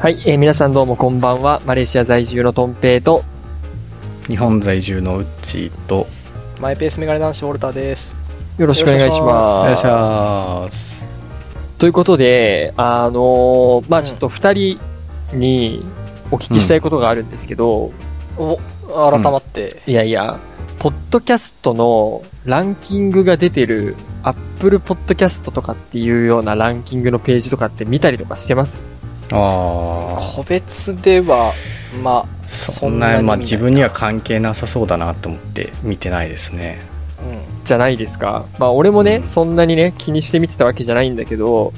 はい、えー皆さんどうもこんばんは。マレーシア在住のトンペイと、日本在住のうっちーとマイペースメガネ男子ウォルターです。よろしくお願いしおおま願願いいししす。ますということで、あのーまあちょっと二人にお聞きしたいことがあるんですけど、お、改まって。いやいや、ポッドキャストのランキングが出てる、アップルポッドキャストとかっていうようなランキングのページとかって見たりとかしてますあ個別では、まあそそんんななに見ないまあ自分には関係なさそうだなと思って見てないですねあ、うじゃないですか。まあ俺もね、うんそんなにね、気にして見てたわけじゃないんだけど、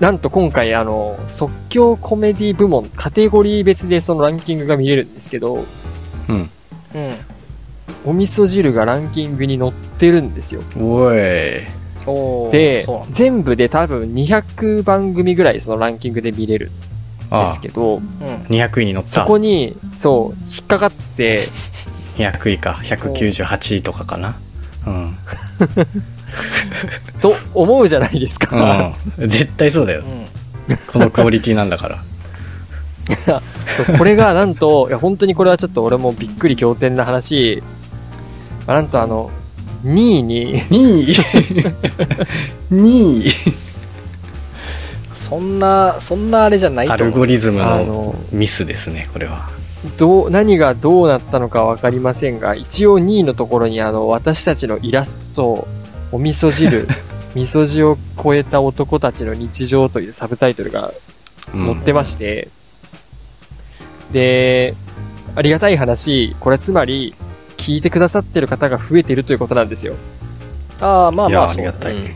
なんと今回あの、即興コメディ部門、カテゴリー別でそのランキングが見れるんですけど、うんん。うん。お味噌汁がランキングに載ってるんですよ。おいおーでそうなん、だ全部で多分200番組ぐらいそのランキングで見れるんであすけど、うん。 200位に乗っそたこに、そう、引っかかって、 200位か198位とかかなうん、と思うじゃないですか。うん、絶対そうだようん。このクオリティなんだからそうこれが なんと、いや本当にこれはちょっと俺もびっくり仰天な話、まあなんとあの、2位に、 2位 2位そんな、そんなあれじゃないとア思う。ルゴリズムあのの、ミスですねこれはどう、何がどうなったのかわかりませんが、一応2位のところにあの、私たちのイラストと、お味噌 汁、味噌汁を超えた男たちの日常というサブタイトルがうん載ってまして、で、ありがたい話、これつまり、聞いてくださってる方が増えてるということなんですよ。ああ、まあいまやあ、ありがそうたい、うんうん。ま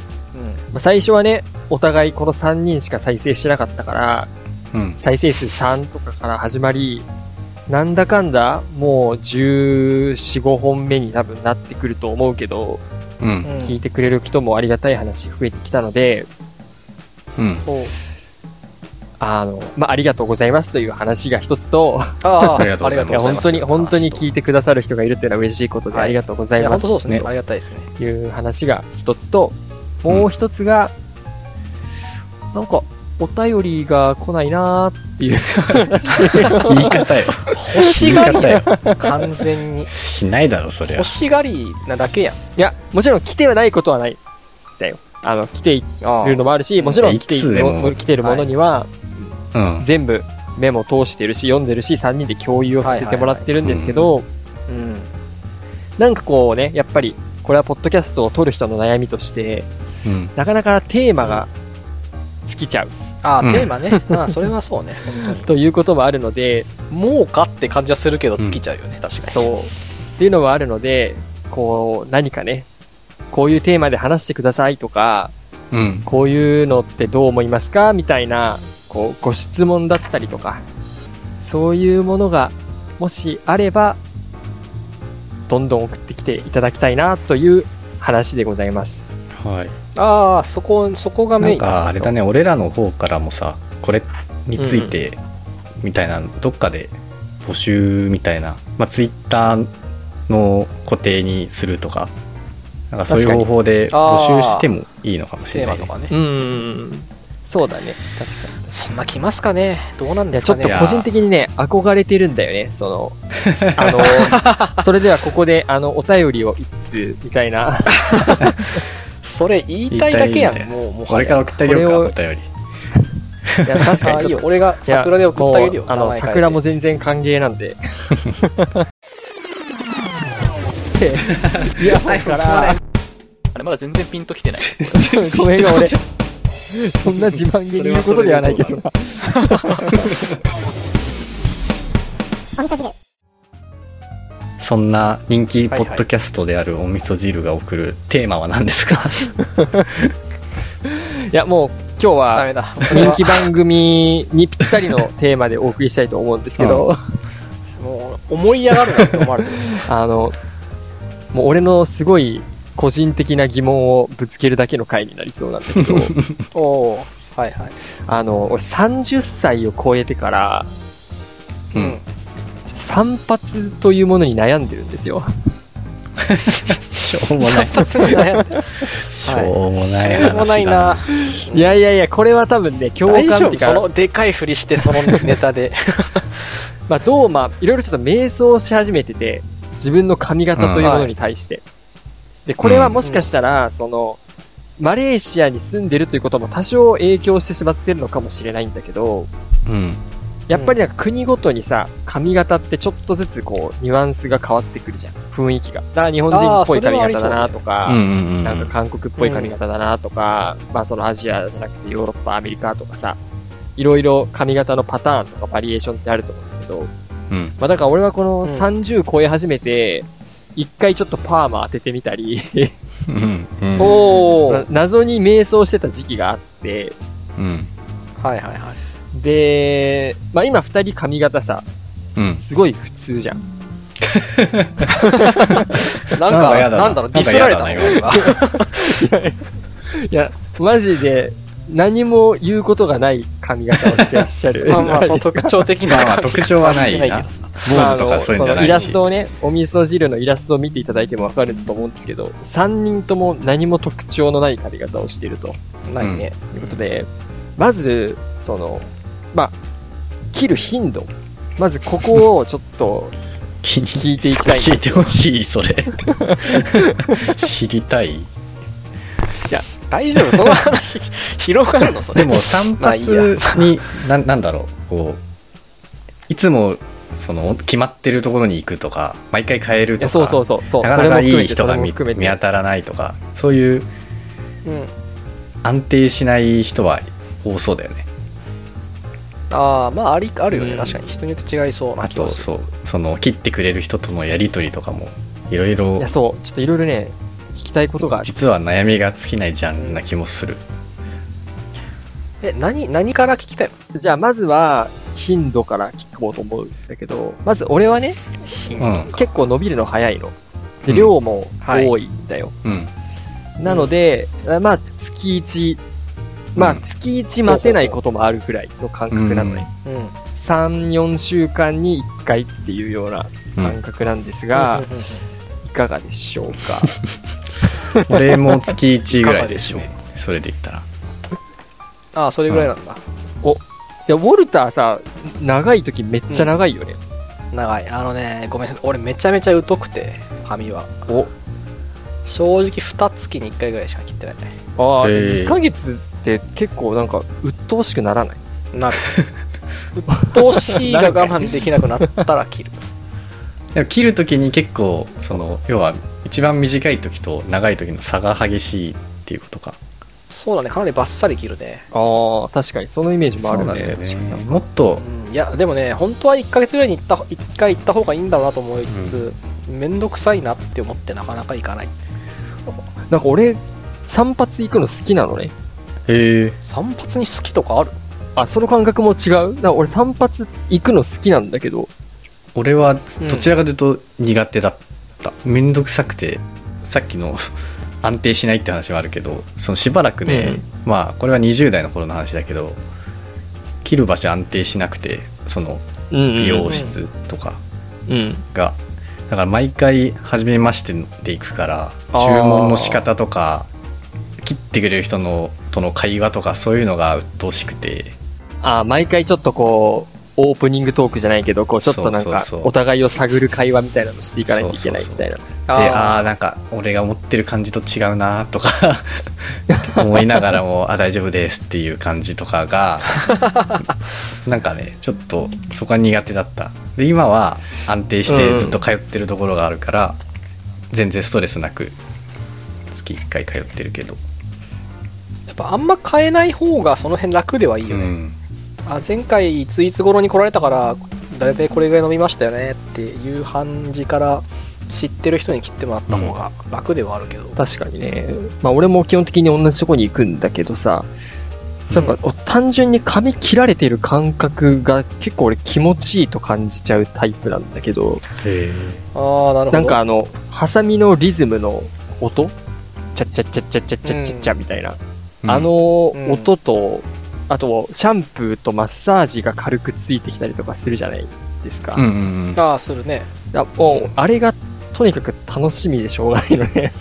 あ最初はね、お互いこの3人しか再生してなかったから、うん、再生数3とかから始まり、なんだかんだ、もう14、5本目に多分なってくると思うけど、うんうん聞いてくれる人もありがたい話増えてきたので、うんおあの、まあ、ありがとうございますという話が一つと、ああ、ありがとうございますいや、本当に、本当に聞いてくださる人がいるっていうのは嬉しいことではいありがとうございいや、ま本す当そうですね。とありがたいですね。いう話が一つと、もう一つが、なんか、お便りが来ないなーっていう話。言い方よ欲しがりだよ。完全に。しないだろそりゃ欲しがりなだけやん。いや、もちろん来てはないことはないんだよ。あの、来ていあるのもあるし、もちろん来ていいつでも来てるものには、うん全部メモ通してるし、読んでるし、3人で共有をさせてもらってるんですけど、うん。なんかこうね、やっぱり、これはポッドキャストを撮る人の悩みとして、うんなかなかテーマが尽きちゃうああ、うんテーマね。ああ、それはそうね。本 当ということもあるので、に。もうかって感じはするけど、尽きちゃうよね。確かに。そう。っていうのもあるので、こう、何かね、こういうテーマで話してくださいとか、うんこういうのってどう思いますかみたいな、こう、ご質問だったりとか、そういうものが、もしあれば、どんどん送ってきていただきたいな、という話でございます。はいああ、そこ、そこがなメイんン。かあれだね俺らの方からもさこれについてみたいな、どっかで募集みたいな、まあ、ツイッターの固定にするとかなんかそういう確かに方法で募集してもいいのかもしテれーなマいね、とかね。うん。そうだね。確かに。そんな来ますかねどうなんいでや、すちょかっねと個人的にね、憧れてるんだよね、その、あ の、それではここで、あの、お便りを一通、みたいな。それ言いたいだけやん、言いたいんだもう、もは俺かや。ら送ってあげようかこおれ便りいや、確かあにあいちいょよっ、と。俺がいや桜で送ってあげるよも。うあの、桜も全然歓迎なん で。いや、だから、あれまだ全然ピンときてない。ごめんが俺、そんな自慢げに言うことではないけどな。 そんな人気ポッドキャストであるお味噌汁が送るテーマは何ですか、いや、もう今日ダはメだ。人気番組にぴったりのテーマでお送りしたいと思うんですけ ど、もう、思い上がるなって思 われてる。あの、もう俺のすごい個人的な疑問をぶつけるだけの回になりそうなんだけど、 おおはいはい。あの、俺30歳を超えてから、うん、散髪というものに悩んでるんですよ。しょうも ない。さすが悩んだしょうもないしょうもな話いだなな。。いやいやいや、これは多分ね、共大感丈ってい夫うそか、のでかいふりして、そのネタで。 まあ、どうまあ、いろいろちょっと迷走し始めてて、自分の髪型というものに対して。で、これはもしかしたら、その、マレーシアに住んでるということも多少影響してしまってるのかもしれないんだけど、うん。やっぱりなんか国ごとにさ、髪型ってちょっとずつこう、ニュアンスが変わってくるじゃん。雰囲気が。だから日本人っぽい髪型だなとか、うんうんうん。なんか韓国っぽい髪型だなとか、まあそのアジアじゃなくてヨーロッパ、アメリカとかさ、いろいろ髪型のパターンとかバリエーションってあると思うんだけど、うん。まあだから俺はこうのん30超え始めて、一回ちょっとパーマ当ててみたり、うん。うん。お ー。謎に迷走してた時期があって、うん。はいはいはい。で、まあ今二人髪型さ、うん。すごい普通じゃん。なんなんかか、やだななんだろう、なんディかスらやれだたなのいや、マジで何も言うことがない髪型をしてらっしゃる。 まあま あ、その特徴的な。まあまあ特徴はないな。坊まああ主のとかそういうんじそのゃイなラいスし。トをね、お味噌汁のイラストを見ていただいてもわかると思うんですけど、3人とも何も特徴のない髪型をしていると。ないね。ということで、まず、その、まあ、切る頻度。まずここをちょっと気に聞いていきたいんです 教えてほしい、それ。 知りたい。大丈夫その話、 広がるのそれ。でも散まあ髪いいやに、ななんだろう、こう、いつも、その、決まってるところに行くとか、毎回変えるいとや、か、そうそうそう、そう、なそかれなもか含いいめて、そ人れがも見含め見当て。たらないとか、そういううん。安定しない人は多そうだよね。ああ、まあ、あり、あるようね。ん確かに。人によって違いそうなあ気がと、する。そう、その、切ってくれる人とのやりとりとかも、いろいいろや、、そう、ちょっといろいろね、聞きたいことがある。実は悩みが尽きないジャンルな気もする。え、何、何から聞きたいのじゃあ、まずは、頻度から聞こうと思うんだけど、まず俺はね、うん。結構伸びるの早いの。で、うん量もはい多いんだよ。うん。なので、あまあ、月1、まあ、うん月1待てないこともあるぐらいの感覚なのね。うん。 3、4週間に1回っていうような感覚なんですが、いかがでしょうか。 俺も月1ぐらいですいね。それで言ったら。ああ、それぐらいなんだ。で、ウォルターさ、長い時めっちゃ長いよね。長い。あのね、ごめんなさい。俺めちゃめちゃ疎くて、髪は。お正直、二月に1回ぐらいしか切ってない。ああ、へえ2ヶ月って結構なんか、鬱陶しくならない。 なる。鬱陶しいが我慢できなくなったら 切る。でも切る時に結構その要は一番短い時と長い時の差が激しいっていうことかそうだね、かなりバッサリ切るね。ああ、確かにそのイメージもあるなんね。確かにもっとうんいや、でもね、本当は1ヶ月ぐらいに行った、1回行った方がいいんだろうなと思いつつ、めんどくさいなって思ってなかなか行かない。なんか俺、散髪行くの好きなのね。へえ散髪に好きとかあるあ、その感覚も違うなんか俺散髪行くの好きなんだけど、俺はうんどちらかというと苦手だった、めんどくさくてさっきの 安定しないって話はあるけどそのしばらくね、まあこれは20代の頃の話だけど切る場所安定しなくてそのうんうん美容室とかうん。がだから毎回初めましてで行くからあー注文の仕方とか切ってくれる人のとの会話とかそういうのが鬱陶しくてあ、毎回ちょっとこう、オープニングトークじゃないけど、こう、ちょっとなんかそうそう、そうお互いを探る会話みたいなのしていかないといけないみたいな。でああーなんか俺が思ってる感じと違うなとか 思いながらもあ大丈夫ですっていう感じと かがなんかねちょっとそこは苦手だったで今は安定してずっと通ってるところがあるから、全然ストレスなく月1回通ってるけど、やっぱあんま変えない方がその辺楽ではいいようね。んあ前回いついつ頃に来られたから、だいたいこれぐらい飲みましたよねっていう感じから知ってる人に切ってもらった方が楽ではあるけど。確かにね。まあ俺も基本的に同じとこに行くんだけどさ、そうやっぱ、お単純に髪切られてる感覚が結構俺気持ちいいと感じちゃうタイプなんだけど、ああ、なるほど。なんかあの、ハサミのリズムの音チャッチャッチャッチャッチャッチャッチャッチャみたいな。あのうん音と、あと、シャンプーとマッサージが軽くついてきたりとかするじゃないですか。うんうんうんああ、するね。あもうあれがとにかく楽しみでしょうがないのね。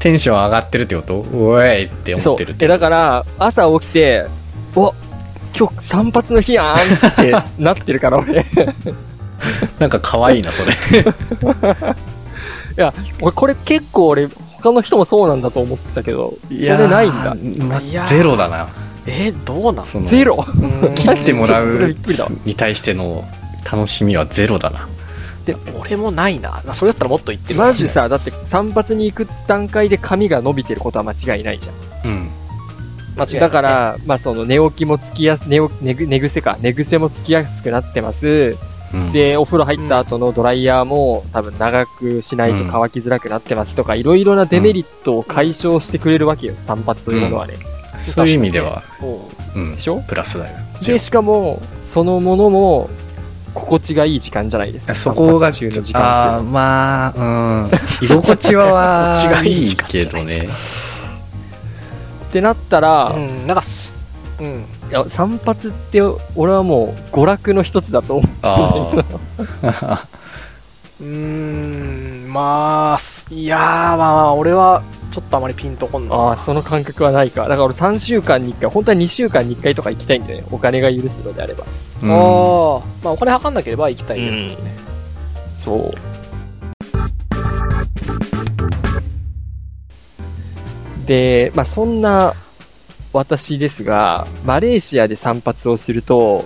テンション上がってるってことおいって思そっう。てるってえ、だから、朝起きて、お今日散髪の日やんってなってるから、 俺。なんか可愛いな それ俺、これ結構俺、他の人もそうなんだと思ってたけど、そいやーれないんだ。まいやーゼロだなえー、どう なんそのゼロ切っても ちょっらとそれびうっくりだわ。に対しての楽しみはゼロだな俺もないな。それだったらもっと言ってる。マジさ、だって散髪に行く段階で髪が伸びてることは間違いないじゃん。うん間違いないだか、ら、まあその寝起きもつきやす、寝起き寝ぐ寝癖か、寝癖もつきやすくなってます。うんで、お風呂入った後のドライヤーも多分長くしないと乾きづらくなってますとか、いろいろなデメリットを解消してくれるわけよ、散髪というものはね。そういう意味では、うんで、しょプラスだよゼロで、しかも、そのものも、心地がいい時間じゃないですか。そこが散髪中の時間あーまあうん居心地は心地がいいいい時間けどじゃなねってってなったら、うん、なんかす、うん。いや散髪って俺はもう娯楽の一つだと思うああうーん、まあ、すいやー、まあまあ、俺は、ちょっとあまりピンとこんな。ああ、その感覚はないか。だから俺3週間に1回、本当は2週間に1回とか行きたいんだよね。お金が許すのであれば。うあんーまあ、お金はかんなければ行きたいけどね。そう。で、まあそんな私ですが、マレーシアで散髪をすると、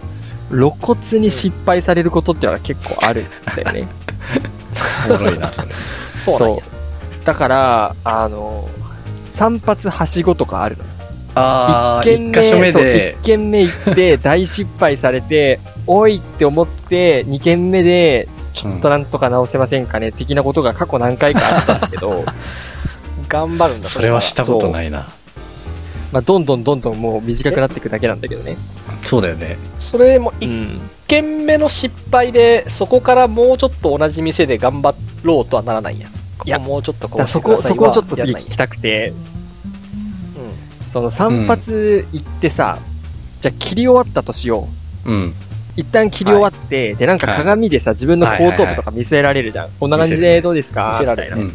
露骨に失敗されることってのが結構あるんだよね。おもろいなそれ そうなんやうだから、あの、散髪はしごとかあるの。ああ一軒一目箇所目そうで一軒目行って大失敗されておいって思って2軒目でちょっとなんとか直せませんかね、的なことが過去何回かあったんだけど頑張るんだそれはしたことないなまあどんどんどんどんもう短くなっていくだけなんだけどね、そうだよねそれもう1ん、軒目の失敗で、そこからもうちょっと同じ店で頑張ろうとはならないんや。いやここもうちょっだとこからうそこそこをちょっと次やんない聞きたくてうんその散髪行ってさ、じゃあ切り終わったとしよううん一旦切り終わって、でなんか鏡でさ自分の後頭部とか見せられるじゃん、こんな感じ見せるねでどうですか見せられるみたいな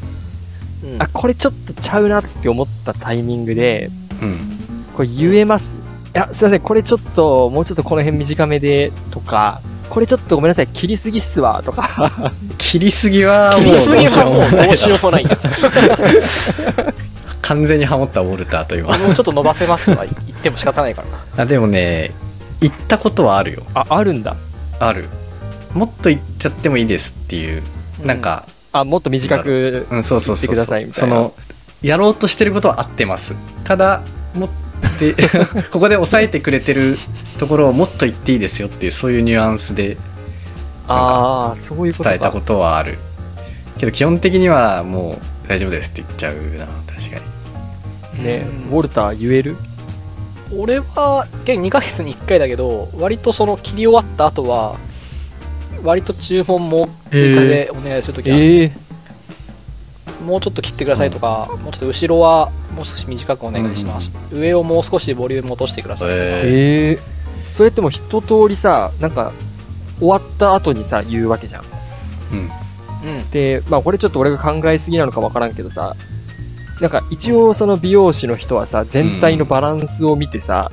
うんうんあこれちょっとちゃうなって思ったタイミングでうんこれ言えますいや、すいません、これちょっと、もうちょっとこの辺短めで、とか、これちょっとごめんなさい、切りすぎっすわ、とか。切りすぎはもう切りすどうぎしよはうももうなどういしようもないんや。完全にハモったウォルターと今もうちょっと伸ばせますは言っても仕方ないからな。あでもね行ったことはあるよあ、あるんだ。あるもっと行っちゃってもいいですっていう、なんかあ、もっと短く、うん、そうそうそうそう。言ってくださいみたいなその、やろうとしてることは合ってます。ただ、もっ でここで抑えてくれてるところをもっと言っていいですよっていう、そういうニュアンスでああ、そういうことか。伝えたことはある。けど、基本的にはもう大丈夫ですって言っちゃうな、確かに。うん、ね、うんウォルター言える俺は現2ヶ月に1回だけど割とその切り終わった後は割と注文も追加でお願いするときは、ええもうちょっと切ってくださいとか、もうちょっと後ろはもう少し短くお願いします、上をもう少しボリューム落としてくださいとか、えええそれってもう一通りさ、なんか、終わった後にさ、言うわけじゃん。うん。で、まあこれちょっと俺が考えすぎなのかわからんけどさ、なんか一応その美容師の人はさ、全体のバランスを見てさ、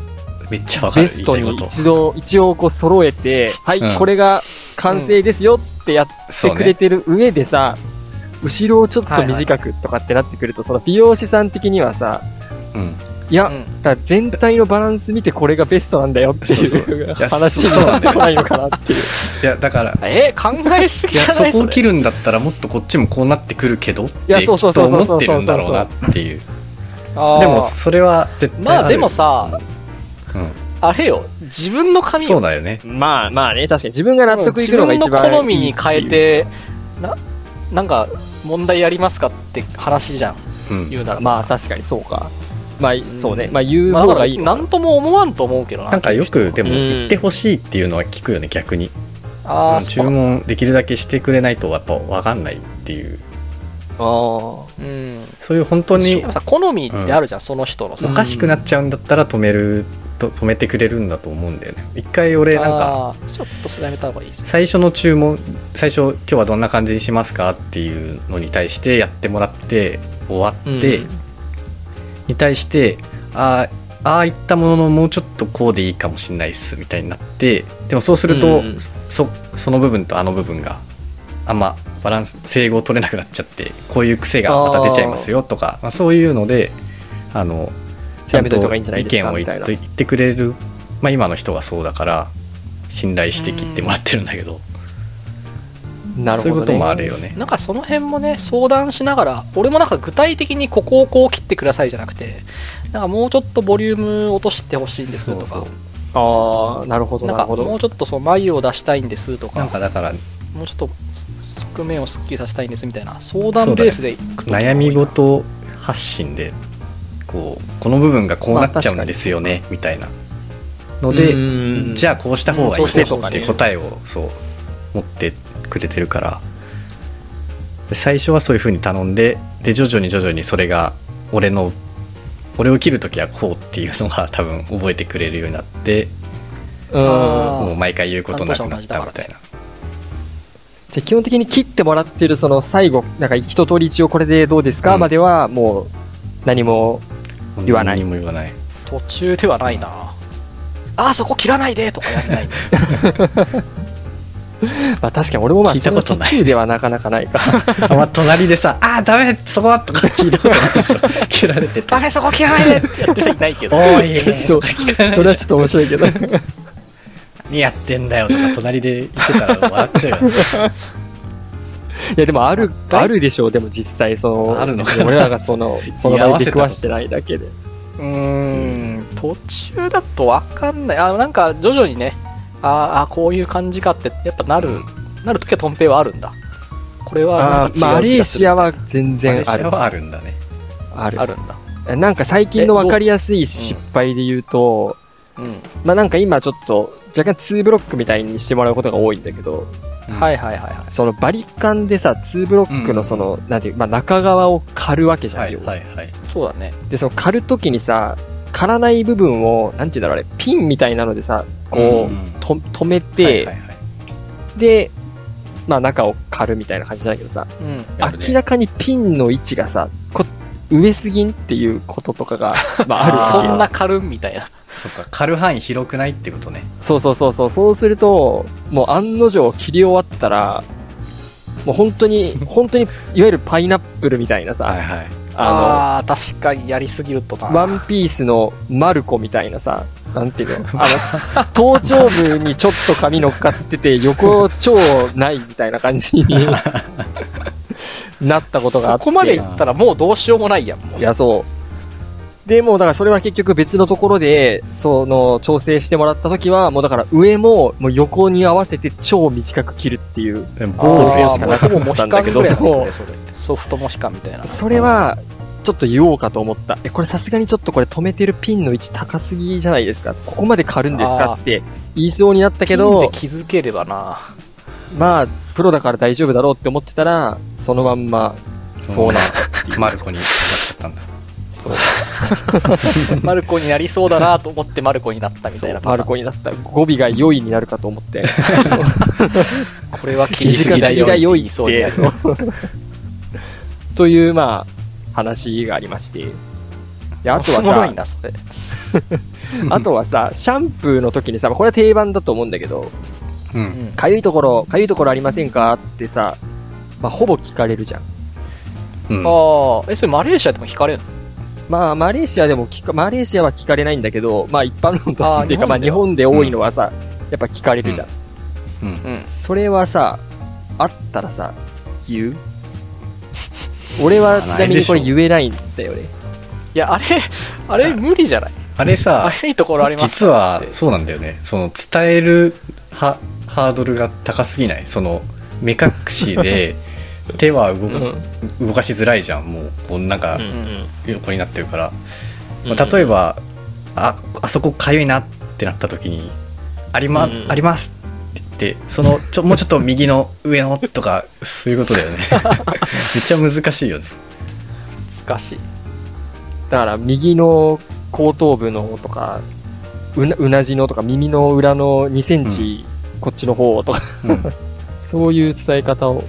めっちゃわかる。ベスト言にいたいこ一度、一応こう揃えて、はい、うんこれが完成ですよってやっと。てそうくれね。てる上でさ、後ろをちょっと短くとかってなってくると、その美容師さん的にはさ、うん。いや、うんだから全体のバランス見てこれがベストなんだよっていうそうそいや話そうにななんっだてよこないのかなっていう。いや、だから、え考えすぎいじゃや、なそいこをそ切れるんだったらもっとこっちもこうなってくるけどってやきそうそうっそとうそう思ってるんだろうなっていう。あーでも、それは絶対まあるでも、さうん、あれよ自分の髪そうをだよね。まあまあね、確かに自分が納得いくのが一番自分の好みに変えてななんか問題ありますかって話じゃんうん。言うならまあ確かにそうか。まあ、んそうね。まあ言うまあ、方だがかいいら、のなかな。んとも思わんと思うけどな。なんかよくでもうん言ってほしいっていうのは聞くよね逆にああ、注そう文できるだけしてくれないとやっぱ分かんないっていうあうん。そういう本当しにかもさ、好みってあるじゃん、その人のおさ。かしくなっちゃうんだったら止めると止めてくれるんだと思うんだよね一回俺なんかあーちょっとそれやめた方がいいです。最初の注文最初今日はどんな感じにしますかっていうのに対してやってもらって終わって、うんに対してあーああいったもののもうちょっとこうでいいかもしれないっすみたいになってでもそうすると、うんそその部分とあの部分があんまバランス整合取れなくなっちゃってこういう癖がまた出ちゃいますよとかまあ、そういうのであのちゃやんめといた方とがいいんじゃない意です見かを言みったいな言ってくれる、まあ、今の人がそうだから信頼して切ってもらってるんだけど、なるそういうほこどともね。あるよね。なんかその辺もね、相談しながら、俺もなんか具体的にここをこう切ってくださいじゃなくて、なんかもうちょっとボリューム落としてほしいんですとか、そあうあ、なるほど、なんなるほかもどう。ちょっとそう眉を出したいんですとか、なんかだからもうちょっと側面をすっきりさせたいんですみたいな、相談ベースでいくと悩み事発信でこうこの部分がこうなっちゃうんですよね、みたいなのでじゃゃあこうした方がいいうんそうしよようとっかてね答えをそう持ってくれてるからで最初はそういう風に頼んでで徐々に徐々にそれが俺の俺を切る時はこうっていうのが多分覚えてくれるようになってあ、うん。あーもう毎回言うことなくなったみたいなじゃあ基本的に切ってもらってるその最後、なんか一通り一応これでどうですか、うんまではもう何も、もう言わない何も言わない途中ではないな。あーそこ切らないでとかやんない。まあ確かに俺もまあ聞いたそこのと途ない中ではなかなかない か。あまあ隣でさ「あーダメそこは」とか聞いたことないでしょ切られててあれそこ切らない でってやってる人いないけど。おいちょっとそれはちょっと面白いけ ど。何やってんだよとか隣で言ってたら笑っちゃうよねいやでもある、あるでしょう、でも実際その、あるのかな俺らがそ の、その場で出くわしてないだけで。うーん、途中だとわかんない。あなんか徐々にね、あーあー、こういう感じかって、やっぱなる、なるときはトンペはあるんだ。これはなあんーまあマか違レーう気がするシアは全然あマレーシるア。はあるんだねあるあるんだ。なんか最近の分かりやすい失敗で言うと、うん。まあなんか今ちょっと若干2ブロックみたいにしてもらうことが多いんだけど、はいいはいはいはい。そのバリカンでさ、2ブロックのその、なんていう、まあ中側を刈るわけじゃん、はい要ははいはいそうだね。で、その刈るときにさ、刈らない部分を、なんていうんだろう、あれ、ピンみたいなのでさ、こう、んと止めて、はいはいはいで、まあ中を刈るみたいな感じなんだけどさ、うん。やるね明らかにピンの位置がさ、こ上すぎんっていうこととかが、 まああるわそけよんな軽みたいな。そっか狩る範囲広くないってことねそうそうそうそう、そうすると、もう案の定切り終わったら、もう本当に、本当に、いわゆるパイナップルみたいなさ、はいはいあああー、確かにやりすぎるとな。の、ワンピースのマルコみたいなさ、なんていうの、あの、 頭頂部にちょっと髪乗っかってて、横超ないみたいな感じ になったことがあっそて。こまでいったらもうどうしようもないやん、もういや、そう。で、もうだからそれは結局別のところで、その、調整してもらった時は、もうだから上も、もう横に合わせて超短く切るっていう。でも坊坊主主よよししかかななかかっったんだけどもうモヒカンぐらいそうだねそれソフトモヒカンみたいな。それは、ちょっと言おうかと思った。え、これさすがにちょっとこれ止めてるピンの位置高すぎじゃないですか。ここまで狩るんですかあーって言いそうになったけど、ピンで気づければな。まあ、プロだから大丈夫だろうって思ってたら、そのまんま、そうなんだ。マルコになっちゃったんだそう。マルコになりそうだなと思ってマルコになったみたいな。パルコになった。語尾が良いになるかと思って。 これは短気にすすぎぎだよ。だよいってそうになるという、まあ、話がありまして。であとはおもろさい、な、それ。あとはさ、シャンプーの時にさ、まあこれは定番だと思うんだけど、ううんんかゆいところ、かゆいところありませんかってさ、まあ、ほぼ聞かれるじゃん。うんああ、え、それマレーシアでも引かれるのまあ、マレーシアでも聞か、マレーシアは聞かれないんだけど、まあ、一般論としあてーっていうか、まあ、日日本本で多いのはさ、やっぱ聞かれるじゃん。うんうん。それはさ、あったらさ、言う俺はちなみにこれ言えないんだよね。いや、あれ、あれ無理じゃないあれあされいいところあります実はそうなんだよねその伝えるはハードルが高すぎないその目隠しで手は動く動かしづらいじゃんもうこうなんかうんうん横になってるから、うんまあ、例えば、ああそこかゆいなってなった時に「あり,、まうんあります」って言ってそのちょもうちょっと右の上のとかそういうことだよ ねめっちゃ難しいよね難しい。だから右の後頭部のとかうなうなじのとか耳の裏の2センチ、こっちの方とか、 うんそういう伝え方を。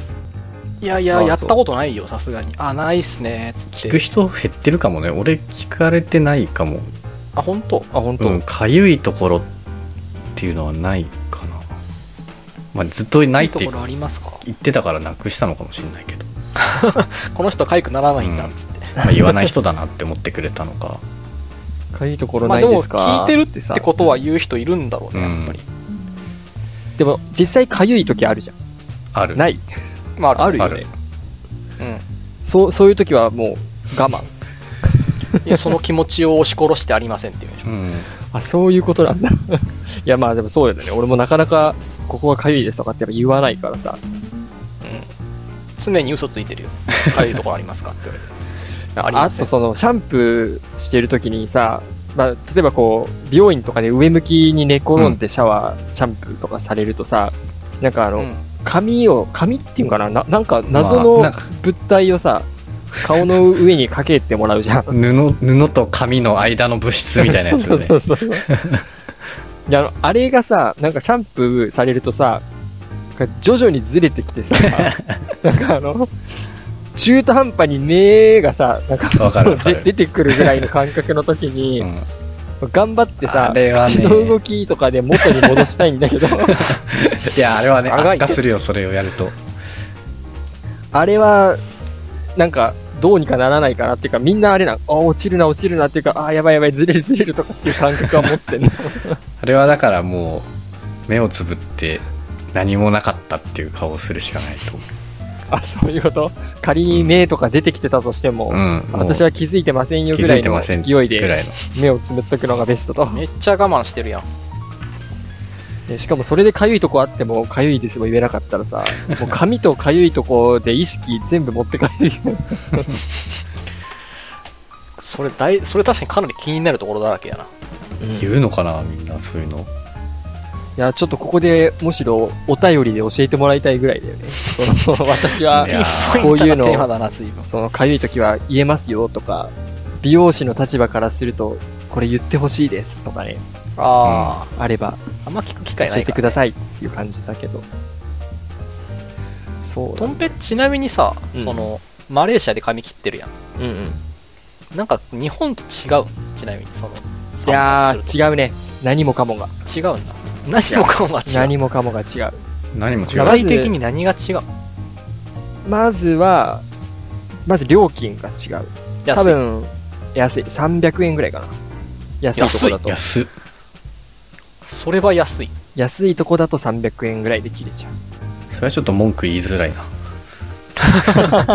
いやいや、あそうやったことないよ、さすがに。あ、ないっすね、つって。聞く人減ってるかもね俺聞かれてないかもあ、本当あ、本当、うんかゆいところっていうのはないかな、まあ、ずっとないいっとてころありますか言ってたからなくしたのかもしれないけど、この人は痒くならないんだ、つって。まあ、言わない人だなって思ってくれたのかかゆいところなまあいででも、すか、聞いてるってさことは言う人いるんだろうね、やっぱり。でも実際かゆい時あるじゃん。あるない。まあ、ああるるよあねる。うん。そう、そういう時はもう我慢。いや、その気持ちを押し殺してありませんっていうんでしょ。うんあ、そういうことなんだ。い や、まあでもそうだよね。俺もなかなか、ここがかゆいですとかってやっぱ言わないからさ。常に嘘ついて るよ。かゆいところありますかって言われて。ありあまとせんその、シャンプーしてる時にさ、まあ、例えばこう、美容院とかで上向きに寝転んでシャワー、シャンプーとかされるとさ、なんかあの、うん髪を、髪っていうのかなな、なんか謎まあのなんか物体をさ、顔の上にかけてもらうじゃん。布布と紙の間の物質みたいなや つそようねそうそうそう。いやあのあれがさ、なんかシャンプーされるとさ、なんか徐々にずれてき てさ、なんかあの、中途半端に目がさ、なんかわかるわか でる出てくるぐらいの感覚の時に、うん頑張ってさ、あれはね口の動きとかで元に戻したいんだ けど、いやあれはねあがい悪化するよそれをやるとあれは、なんか、どうにかならないかなっていうか、みんなあれな、あ落ちるな、落ちるなっていうか、あやばいやばい、ずれるずれるとかっていう感覚は持ってんの。あれはだからもう目をつぶって何もなかったっていう顔をするしかないと思あ、そういうこと仮に目とか出てきてたとしても、う、うん、もう私は気づいてませんよ気ぐらづいいてのません勢いぐでらいの目をつぶっとくのがベストとめっちゃ我慢してるやん。でしかもそれでかゆいとこあってもかゆいですも言えなかったら さもう髪とかゆいとこで意識全部持ってかれるよそれ大、それ確かにかなり気になるところだらけやな。言うのかなみんなそういうのいやちょっとここでむしろお便りで教えてもらいたいぐらいだよねその私はいやーこういうのテーマだな、随分。そのかゆい時は言えますよとか美容師の立場からするとこれ言ってほしいですとかねああ、あればあんま聞く機教会なえいてかくら。ださいっていう感じだけどそうだトンペちなみにさ、うんその、マレーシアで髪切ってるやん。うんうんなんか日本と違うちなみにそのいや散髪するー違うね何もかもがと違うんだ何もかもが違う何もかもが違う何も違具うまず体的に何が違うまずはまず料金が違う多安い分安い300円ぐらいかな安いとこだと安い安っそれは安いとこだと300円ぐらいで切れちゃうそれはちょっと文句言いづらいな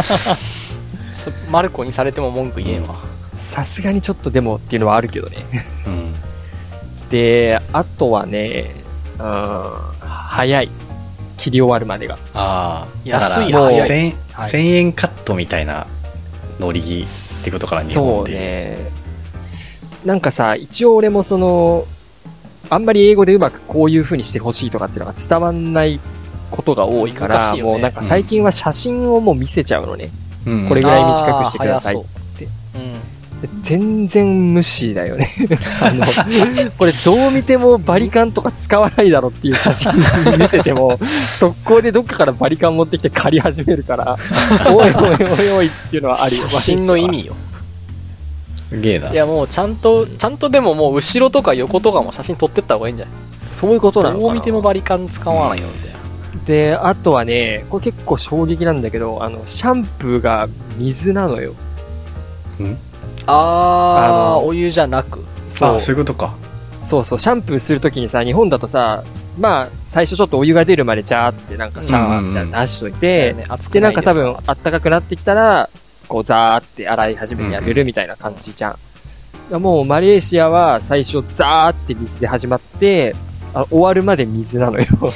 そマルコにされても文句言えんわ、さすがにちょっとでもっていうのはあるけどねうんであとはねうーん早い切り終わるまでがああだから安いもう1000 1000はい円カットみたいなノリってことから日そ本うでねなんかさ一応俺もそのあんまり英語でうまくこういう風にしてほしいとかっていうのが伝わんないことが多いから難しいよねもうなんか最近は写真をもう見せちゃうのね、うんこれぐらい短くしてくださいあっーてうん全然無視だよ ねあのこれどう見てもバリカンとか使わないだろっていう写真見せて も速攻でどっかからバリカン持ってきて借り始めるからおいおいおいおいっていうのはあるよ写真の意味よすげえないやもうちゃんとちゃんとでももう後ろとか横とかも写真撮ってった方がいいんじゃないそういうことなのかなどう見てもバリカン使わないよみたいな、で、あとはね、これ結構衝撃なんだけど、あの、シャンプーが水なのよ。あああのお湯じゃなくそあう、そういうことかそうそう、シャンプーするときにさ、日本だとさ、まあ、最初ちょっとお湯が出るまでジャーってなんかシャワーみたいなの出しといて、ね熱くで、なないんかです多分、あったかくなってきたら、こう、ザーって洗い始めてやめるみたいな感じじゃん。いやもう、マレーシアは最初、ザーって水で始まって、あ終わるまで水なのよ。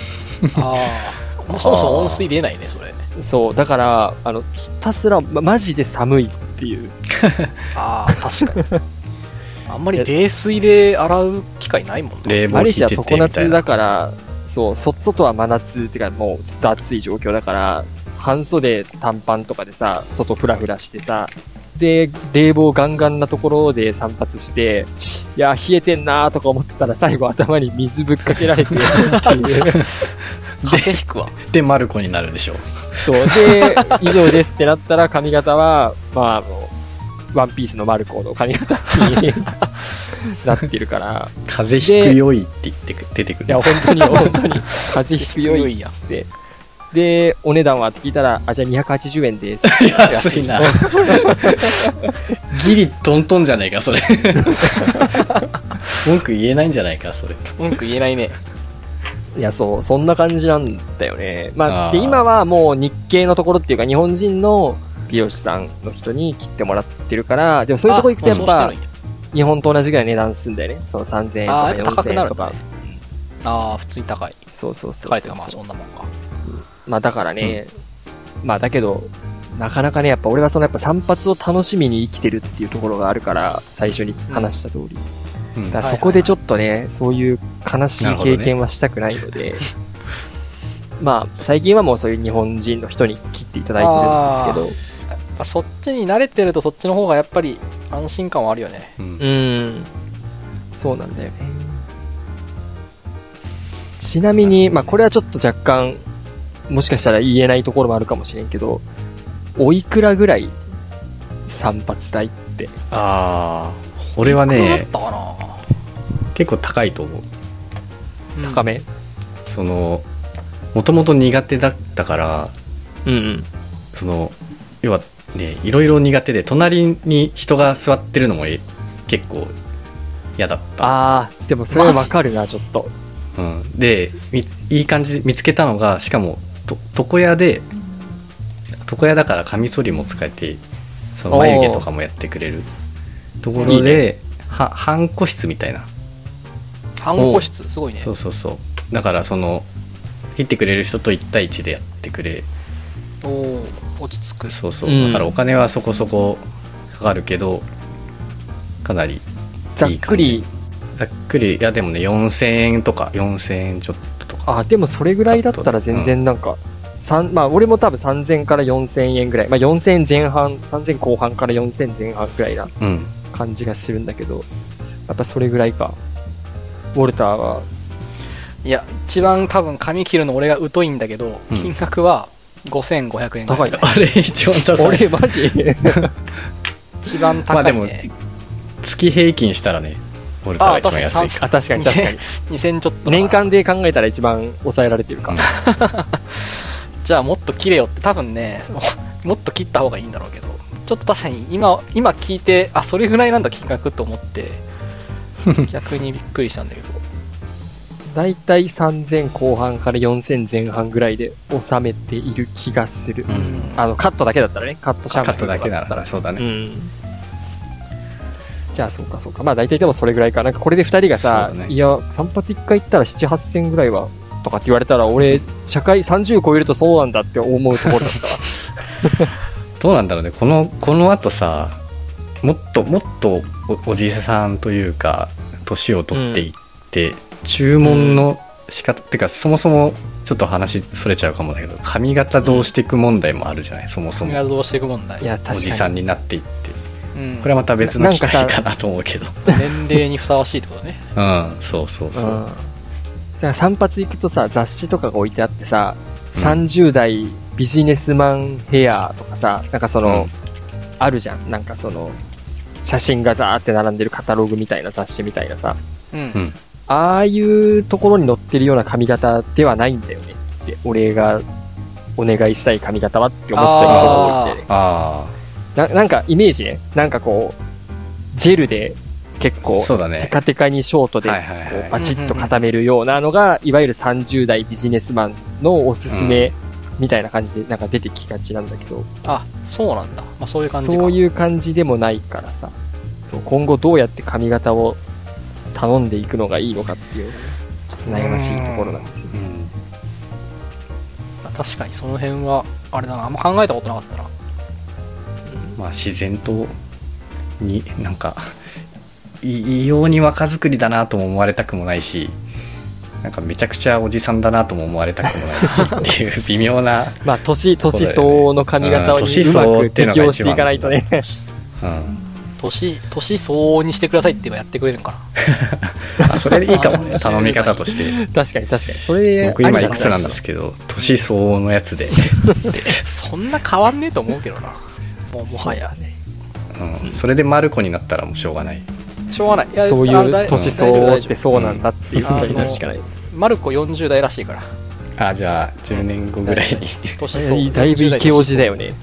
あーもうそもそも温水出ないねそれそう、だから、あの、ひたすら、ま、マジで寒いっていう。ああ、確 かに。あんまり冷水で洗う機会ないもんね。冷マレ房効ーいシアて常てみたい夏だなから、そう、そ外は真夏ってか、もうずっと暑い状況だから、半袖短パンとかでさ、外フラフラしてさ、で、冷房ガンガンなところで散髪して、いや、冷えてんなーとか思ってたら最後頭に水ぶっかけられて、ってい う。風邪引くわ。でマルコになるでしょそう。で、以上ですってなったら髪型は、まあ、あの、ワンピースのマルコの髪型に なってるから、風邪ひくよいって言ってく出てくいや、る本当に、本当に、風邪ひくよいや。って。で、お値段はって聞いたら、あ、じゃあ280円です。安いなギリトントンじゃないかそれ文句言えないんじゃないかそれ文句言えないね。いや、そう、そんな感じなんだよね。まあ、あでー今はもう日系のところっていうか、日本人の美容師さんの人に切ってもらってるから、でも そういうとこ行くとやっあぱそうし、てるんや日本と同じぐらい値段するんだよね。その3000円とあーやっぱか高く4000な円るとか。ああ、普通に高い。そうそうそう高いとそいうか、うまあ、そんなもんか。まあ、だからね、まあ、だけど、なかなかね、やっぱ俺はそのやっぱ散髪を楽しみに生きてるっていうところがあるから、最初に話した通り。うんだからそこでちょっとね、そういう悲しい経験はしたくないので、 まあ、最近はもうそういう日本人の人に切っていただいてるんですやっぱそっちに慣れてるとそっちの方がやっぱり安心感はあるよねうんけど、うん、そうなんだよね。ちなみに、まあ、これはちょっと若干、もしかしたら言えないところもあるかもしれんけど、おいくらぐらい散髪代って。ああ俺はねいくらだったか結構高いと思うな高。めそのもともと苦手だったからうんうん。その要はねいろいろ苦手で隣に人が座ってるのもえ結構嫌だった、ああ、でもそれはわかるな、ちょっと。うん、でみいい感じで見つけたのがしかもと床屋で床屋だからカミソリも使えてその眉毛とかもやってくれるとこいろいではハンコ室みたいな半個室、すごいねそ。うそうそうだからその切ってくれる人と1対1でやってくれおおー、落ち着く。そうそううんだからお金はそこそこかかるけどかなりざっくり、ざっくりいやでもね4000円とか4000円ちょっととかあでもそれぐらいだったら全然なんか、三まあ俺も多分3000から4000円ぐらい、まあ、4000円前半3000後半から4000前半ぐらいなうん感じがするんだけどやっぱそれぐらいかウォルター はいや一番多分髪切るの俺が疎いんだけど、うん金額は5500円ぐら高いね あれ一番高い俺マ ジ一番まあ高でい、もね月平均したらねウォルターが一番安いかあ確かに確かに2000ちょっとだな年間で考えたら一番抑えられてるか、うんじゃあもっと切れよって多分ね ももっと切った方がいいんだろうけどちょっと確かに今今聞いてあそれぐらいなんだ金額と思って逆にびっくりしたんだけどだいたい3000後半から4000前半ぐらいで収めている気がする、うんあのカットだけだったらねカットシャンプカーッとトかだけならそうだね、じゃあそうかそうかまあ大体でもそれぐらいかなんかこれで2人がさ、そうだねいや散髪1回行ったら78000ぐらいはとかって言われたら俺社会30超えるとそうなんだって思うところだ ったわどうなんだろうねこのこの後さもっともっとおおじいさんというか年を取っていって、注文の仕方、ってかそもそもちょっと話それちゃうかもだけど髪型どうしていく問題もあるじゃない、そもそ髪も型どうしていく問題いやお確じかさにんになっていってうん、これはまた別の機なな会んかかさなと思うけど年齢にふさわしいってことねうんそうそうそう、うんさ散髪行くとさ雑誌とかが置いてあってさ30代ビジネスマンヘアとかさなんかその、うんあるじゃんなんかその写真がザーって並んでるカタログみたいな雑誌みたいなさうんうんああいうところに載ってるような髪型ではないんだよねって、俺がお願いしたい髪型はって思っちゃうことが多いんだよねあな。なんかイメージね、なんかこう、ジェルで結あ構、そうだテねカテカにショートではこいはいうはバチッと固めるようなのが、いわゆる30代ビジネスマンのおすすめみたいな感じでなんか出てきがちなんだけど、あそうなんだ、まあ、そういう感じかそういう感じでもないからさ、そう今後どうやって髪型を頼んでいくのがいいのかっていう、ちょっと悩ましいところなんですよ。い、うんまあ確かにその辺はあれだなあんま考えたことなかったなまあ、自然とになんか い異様に若作りだなとも思われたくもないしなんかめちゃくちゃおじさんだなとも思われたくもないしっていう微妙なまあ、年、そうだよ年ね相応の髪型うんに年う相ま応くっていうのが適応していかないとね。 うん、年、年相応にしてくださいって言えばやってくれる んかな。あそれでいいかもね頼み方 として確かに確かに。それ、僕今いくつなんですけど年相応のやつで、そんな変わんねえと思うけどな。もうもはやね。うん、それでマルコになったらもうしょうがないしょうがない。いやそういあの大う年相応ってそうなんだっていう大丈こ夫とになるしかない。マルコ40代らしいから。あじゃあ10年後ぐらいに年相 応。だいぶイケオジだよね。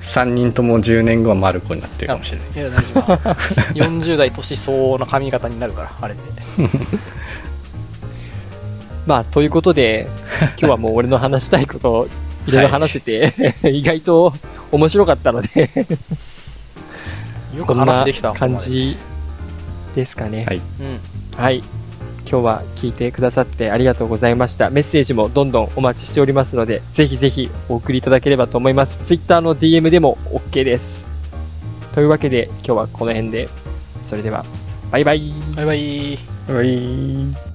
3人とも10年後はマルコになってるかもしれないいや、大丈夫。40代 年相応の髪型になるから、あれで。まあ、ということで、 今日はもう俺の話したいことをいろいろ話せて、 意外と面白かったので、 よこくんな話できたわ感。じですかね。はいここまでうん。はい。今日は聞いてくださってありがとうございました。メッセージもどんどんお待ちしておりますので、ぜひぜひお送りいただければと思います。Twitter の DM でも OK です。というわけで、今日はこの辺で、それでは、バイバイ。バイバイ。はい